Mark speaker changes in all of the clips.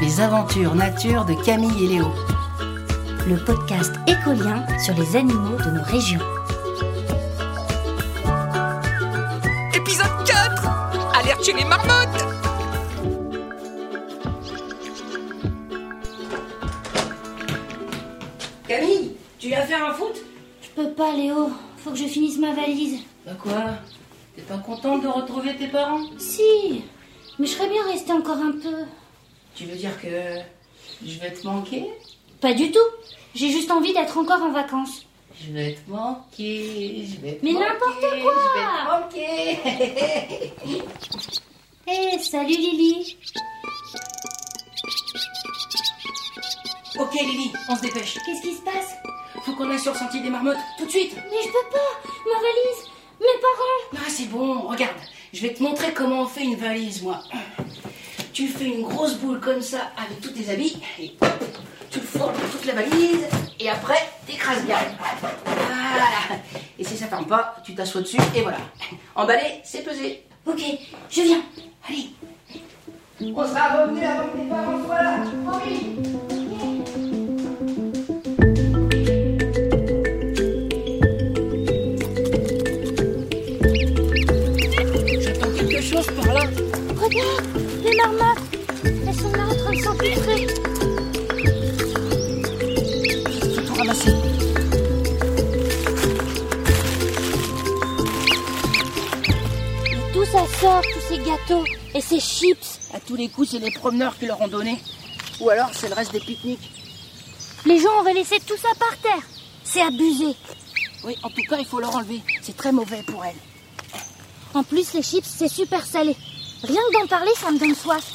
Speaker 1: les aventures nature de Camille et Léo.
Speaker 2: Le podcast écolien sur les animaux de nos régions.
Speaker 3: Épisode 4 Alerte chez les marmottes
Speaker 4: Camille, tu viens faire un foot
Speaker 2: Je peux pas, Léo. Faut que je finisse ma valise.
Speaker 4: Bah quoi T'es pas contente de retrouver tes parents
Speaker 2: Si, mais je serais bien restée encore un peu.
Speaker 4: Tu veux dire que je vais te manquer
Speaker 2: Pas du tout. J'ai juste envie d'être encore en vacances.
Speaker 4: Je vais te manquer, je vais te
Speaker 2: Mais
Speaker 4: manquer,
Speaker 2: n'importe quoi
Speaker 4: Je vais te manquer
Speaker 2: Eh, salut Lily.
Speaker 4: Ok Lily, on se dépêche.
Speaker 2: Qu'est-ce qui se passe
Speaker 4: Faut qu'on aille sur le sentier des marmottes, tout de suite
Speaker 2: Mais je peux pas. Ma valise. Mes parents.
Speaker 4: Ah c'est bon, regarde, je vais te montrer comment on fait une valise moi. Tu fais une grosse boule comme ça avec tous tes habits, et hop, tu le fourres dans toute la valise, et après t'écrases bien. Voilà. Et si ça ferme pas, tu t'assois dessus et voilà. Emballé, c'est pesé.
Speaker 2: Ok, je viens.
Speaker 4: Allez. On sera revenu avant que tes parents soient là. J'entends quelque chose par là.
Speaker 2: Regarde, les marmottes. Elles sont là en train de s'infiltrer.
Speaker 4: Faut tout ramasser.
Speaker 2: Mais d'où ça sort tous ces gâteaux et ces chips
Speaker 4: À tous les coups, c'est les promeneurs qui leur ont donné. Ou alors, c'est le reste des pique-niques.
Speaker 2: Les gens auraient laissé tout ça par terre. C'est abusé.
Speaker 4: Oui, en tout cas, il faut leur enlever. C'est très mauvais pour elles.
Speaker 2: En plus, les chips, c'est super salé. Rien que d'en parler, ça me donne soif.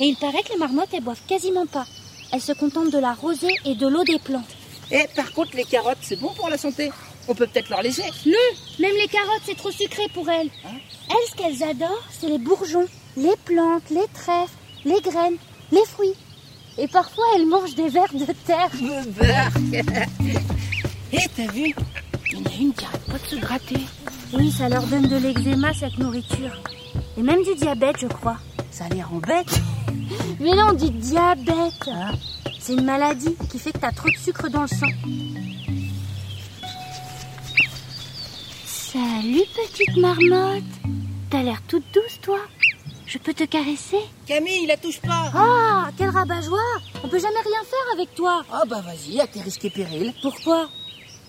Speaker 2: Et il paraît que les marmottes, elles boivent quasiment pas. Elles se contentent de la rosée et de l'eau des plantes.
Speaker 4: Et Eh, par contre, les carottes, c'est bon pour la santé. On peut peut-être leur laisser.
Speaker 2: Non, même les carottes, c'est trop sucré pour elles. Elles, ce qu'elles adorent, c'est les bourgeons, les plantes, les trèfles, les graines, les fruits. Et parfois, elles mangent des vers de terre.
Speaker 4: Eh, t'as vu Il y en a une qui arrête pas de se gratter.
Speaker 2: Oui, ça leur donne de l'eczéma, cette nourriture. Et même du diabète, je crois.
Speaker 4: Ça les rend bêtes.
Speaker 2: Mais non, du diabète. C'est une maladie qui fait que t'as trop de sucre dans le sang. Salut petite marmotte. T'as l'air toute douce toi. Je peux te caresser
Speaker 4: Camille, la touche pas.
Speaker 2: Oh, quel rabat-joie On peut jamais rien faire avec toi.
Speaker 4: Ah bah vas-y, à tes risques et périls.
Speaker 2: Pourquoi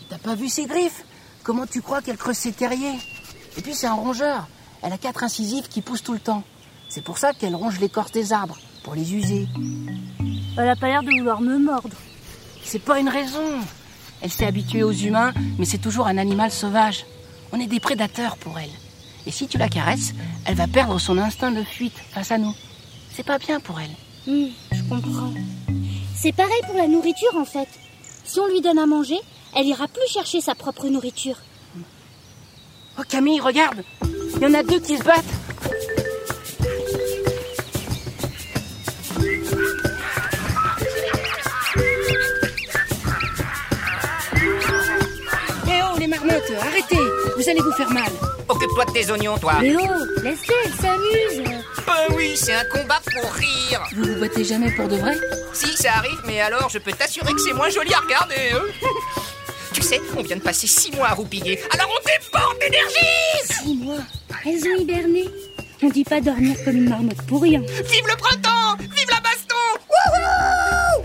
Speaker 4: T'as pas vu ses griffes Comment tu crois qu'elle creuse ses terriers Et puis c'est un rongeur. Elle a quatre incisives qui poussent tout le temps. C'est pour ça qu'elle ronge l'écorce des arbres, pour les user.
Speaker 2: Elle a pas l'air de vouloir me mordre.
Speaker 4: C'est pas une raison. Elle s'est habituée aux humains, mais c'est toujours un animal sauvage. On est des prédateurs pour elle. Et si tu la caresses, elle va perdre son instinct de fuite face à nous. C'est pas bien pour elle.
Speaker 2: Hmm, je comprends. C'est pareil pour la nourriture en fait. Si on lui donne à manger, elle ira plus chercher sa propre nourriture.
Speaker 4: Oh Camille, regarde Il y en a deux qui se battent Eh oh les marmottes, arrêtez Vous allez vous faire mal
Speaker 3: Occupe-toi de tes oignons, toi
Speaker 2: Léo, laissez, elle oh, s'amuse.
Speaker 3: Bah oui, c'est un combat pour rire
Speaker 4: Vous vous battez jamais pour de vrai
Speaker 3: Si, ça arrive, mais alors je peux t'assurer que c'est moins joli à regarder hein. Tu sais, on vient de passer six mois à roupiller, alors on déborde d'énergie
Speaker 2: Six mois. Elles ont hiberné. On dit pas dormir comme une marmotte hein. pour rien.
Speaker 3: Vive le printemps Vive la baston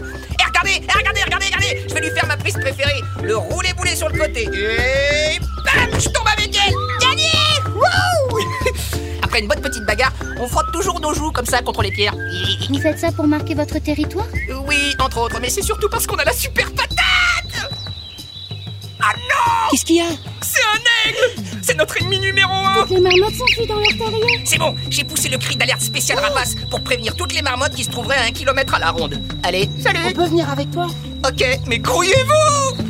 Speaker 3: Wouhou Et regardez, et regardez, regardez, regardez Je vais lui faire ma prise préférée, le roulé-boulé sur le côté. Et bam Je tombe avec elle Gagné Wouhou Après une bonne petite bagarre, on frotte toujours nos joues comme ça contre les pierres.
Speaker 2: Vous faites ça pour marquer votre territoire
Speaker 3: Oui, entre autres, mais c'est surtout parce qu'on a la super patate Ah non
Speaker 4: Qu'est-ce qu'il y a
Speaker 3: C'est un aigle C'est notre ennemi numéro un
Speaker 2: Les marmottes s'enfuient dans leur terrier.
Speaker 3: C'est bon, j'ai poussé le cri d'alerte spéciale rapace pour prévenir toutes les marmottes qui se trouveraient à un kilomètre à la ronde. Allez,
Speaker 4: On
Speaker 3: salut
Speaker 4: peut venir avec toi
Speaker 3: Ok, mais grouillez-vous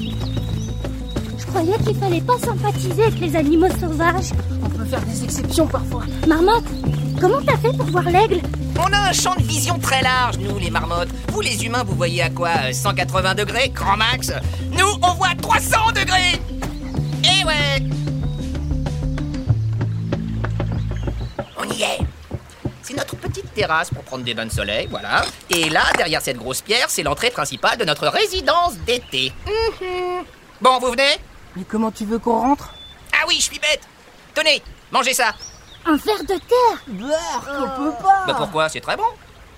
Speaker 2: Je croyais qu'il fallait pas sympathiser avec les animaux sauvages.
Speaker 4: On peut faire des exceptions parfois.
Speaker 2: Marmotte, comment t'as fait pour voir l'aigle
Speaker 3: On a un champ de vision très large, nous, les marmottes. Vous, les humains, vous voyez à quoi euh, 180 degrés, grand max Nous, on voit 300 degrés Eh ouais On y est C'est notre petite terrasse pour prendre des bains de soleil, voilà. Et là, derrière cette grosse pierre, c'est l'entrée principale de notre résidence d'été. Mhm. Bon, vous venez
Speaker 5: Mais comment tu veux qu'on rentre
Speaker 3: Ah oui, je suis bête. Tenez, mangez ça.
Speaker 2: Un verre de terre
Speaker 5: On peut pas
Speaker 3: Bah pourquoi C'est très bon.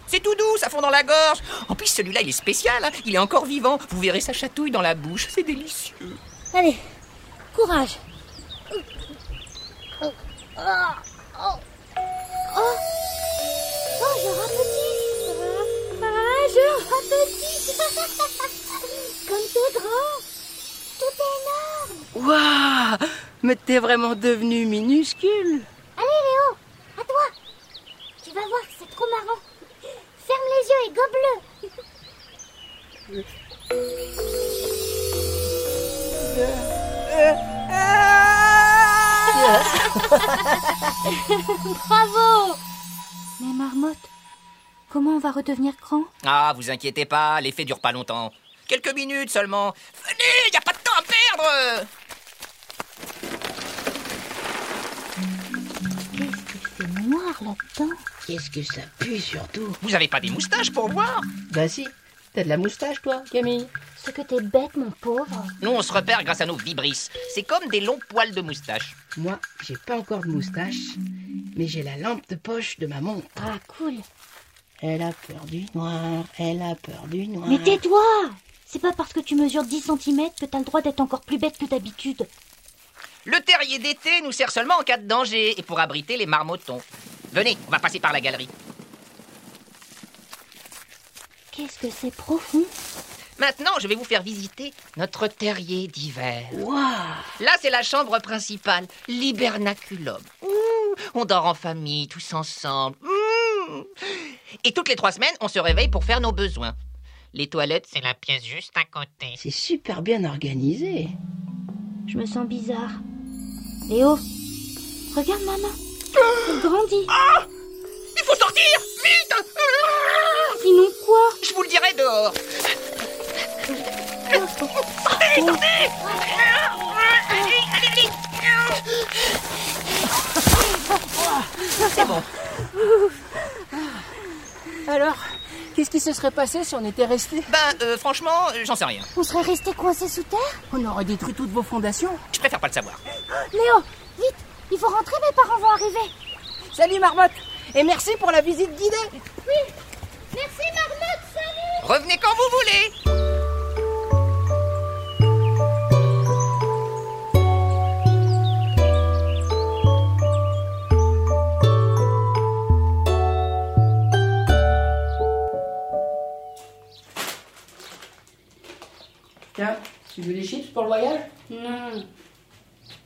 Speaker 3: C'est tout doux, ça fond dans la gorge. En plus, celui-là, il est spécial. hein. Il est encore vivant. Vous verrez sa chatouille dans la bouche. C'est délicieux.
Speaker 2: Allez, courage. Oh, oh, oh, oh, oh, je rapetis. Ah, je rapetis. Comme c'est grand. Tout est énorme.
Speaker 5: Waouh Mais t'es vraiment devenu minuscule
Speaker 2: Allez, Léo, à toi. Tu vas voir, c'est trop marrant. Ferme les yeux et gobe-le. Bravo Mais Marmotte, comment on va redevenir grand
Speaker 3: Ah, vous inquiétez pas, l'effet dure pas longtemps. Quelques minutes seulement. Venez, y a pas de temps à perdre.
Speaker 2: Qu'est-ce que c'est noir là-dedans
Speaker 4: Qu'est-ce que ça pue surtout
Speaker 3: Vous avez pas des moustaches pour voir
Speaker 4: Bah si, t'as de la moustache toi, Camille
Speaker 2: C'est que t'es bête, mon pauvre.
Speaker 3: Nous, on se repère grâce à nos vibrisses. C'est comme des longs poils de moustache.
Speaker 4: Moi, j'ai pas encore de moustache, mais j'ai la lampe de poche de ma montre.
Speaker 2: Ah, cool.
Speaker 4: Elle a peur du noir, elle a peur du noir.
Speaker 2: Mais tais-toi C'est pas parce que tu mesures 10 cm que t'as le droit d'être encore plus bête que d'habitude.
Speaker 3: Le terrier d'été nous sert seulement en cas de danger et pour abriter les marmotons. Venez, on va passer par la galerie.
Speaker 2: Qu'est-ce que c'est profond
Speaker 3: Maintenant, je vais vous faire visiter notre terrier d'hiver.
Speaker 4: Waouh
Speaker 3: Là, c'est la chambre principale, l'hibernaculum. Ouh, on dort en famille, tous ensemble. Mmh. Et toutes les trois semaines, on se réveille pour faire nos besoins. Les toilettes, c'est la pièce juste à côté.
Speaker 4: C'est super bien organisé.
Speaker 2: Je me sens bizarre. Léo, regarde ma main. Elle grandit.
Speaker 3: Il faut sortir Vite
Speaker 2: Sinon quoi
Speaker 3: Je vous le dirai dehors. C'est bon.
Speaker 5: Alors, qu'est-ce qui se serait passé si on était resté
Speaker 3: Ben, euh, franchement, euh, j'en sais rien.
Speaker 2: On serait resté coincé sous terre
Speaker 5: On aurait détruit toutes vos fondations
Speaker 3: Je préfère pas le savoir.
Speaker 2: Léo, vite Il faut rentrer, mes parents vont arriver.
Speaker 5: Salut Marmotte Et merci pour la visite guidée
Speaker 2: Oui Merci Marmotte, salut
Speaker 3: Revenez quand vous voulez.
Speaker 4: Tiens, tu veux les chips pour le voyage
Speaker 6: Non.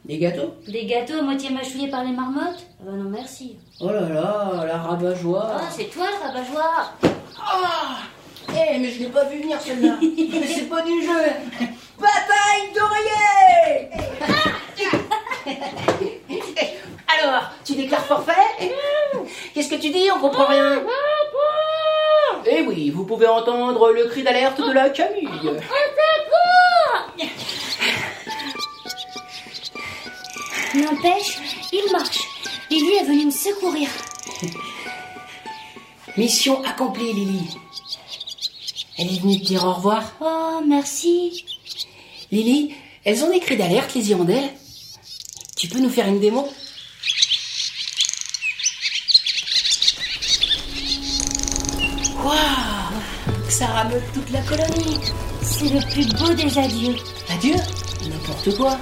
Speaker 4: Des gâteaux
Speaker 6: Des gâteaux à moitié mâchouillés par les marmottes Ah bah non, merci.
Speaker 4: Oh là là, la rabat-joie
Speaker 6: Ah, c'est toi le rabat-joie
Speaker 4: Ah Eh, mais je l'ai pas vu venir celle-là Mais c'est pas du jeu Bataille d'oreiller Eh, Alors, tu déclares forfait Qu'est-ce que tu dis On comprend rien Eh oui, vous pouvez entendre le cri d'alerte de la Camille
Speaker 2: N'empêche, il marche. Lily est venue me secourir.
Speaker 4: Mission accomplie, Lily Elle est venue te dire au revoir
Speaker 2: Oh, merci.
Speaker 4: Lily, elles ont des cris d'alerte, les hirondelles Tu peux nous faire une démo Waouh Ça rameute toute la colonie
Speaker 2: C'est le plus beau des adieux.
Speaker 4: Adieu N'importe quoi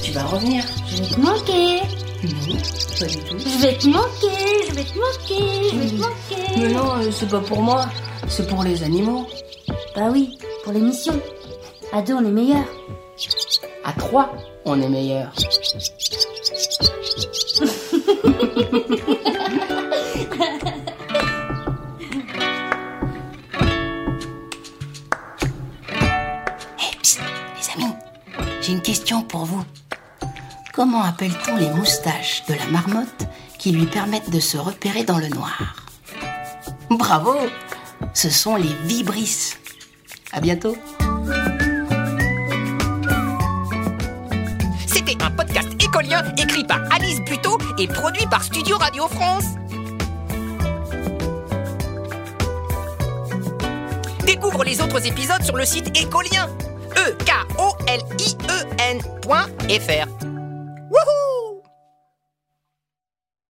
Speaker 4: Tu vas revenir
Speaker 2: Je vais te manquer.
Speaker 4: Non, pas du tout.
Speaker 2: Je vais te manquer. Je vais te manquer. Je vais te
Speaker 4: Mais
Speaker 2: manquer.
Speaker 4: non, euh, c'est pas pour moi, c'est pour les animaux.
Speaker 2: Bah oui, pour l'émission. À deux, on est meilleurs.
Speaker 4: À trois, on est meilleur. les amis, j'ai une question pour vous. Comment appelle-t-on les moustaches de la marmotte qui lui permettent de se repérer dans le noir Bravo Ce sont les vibrisses. À bientôt
Speaker 3: C'était un podcast écolien écrit par Alice Buteau et produit par Studio Radio France. Découvre les autres épisodes sur le site écolien. e k o l i e nfr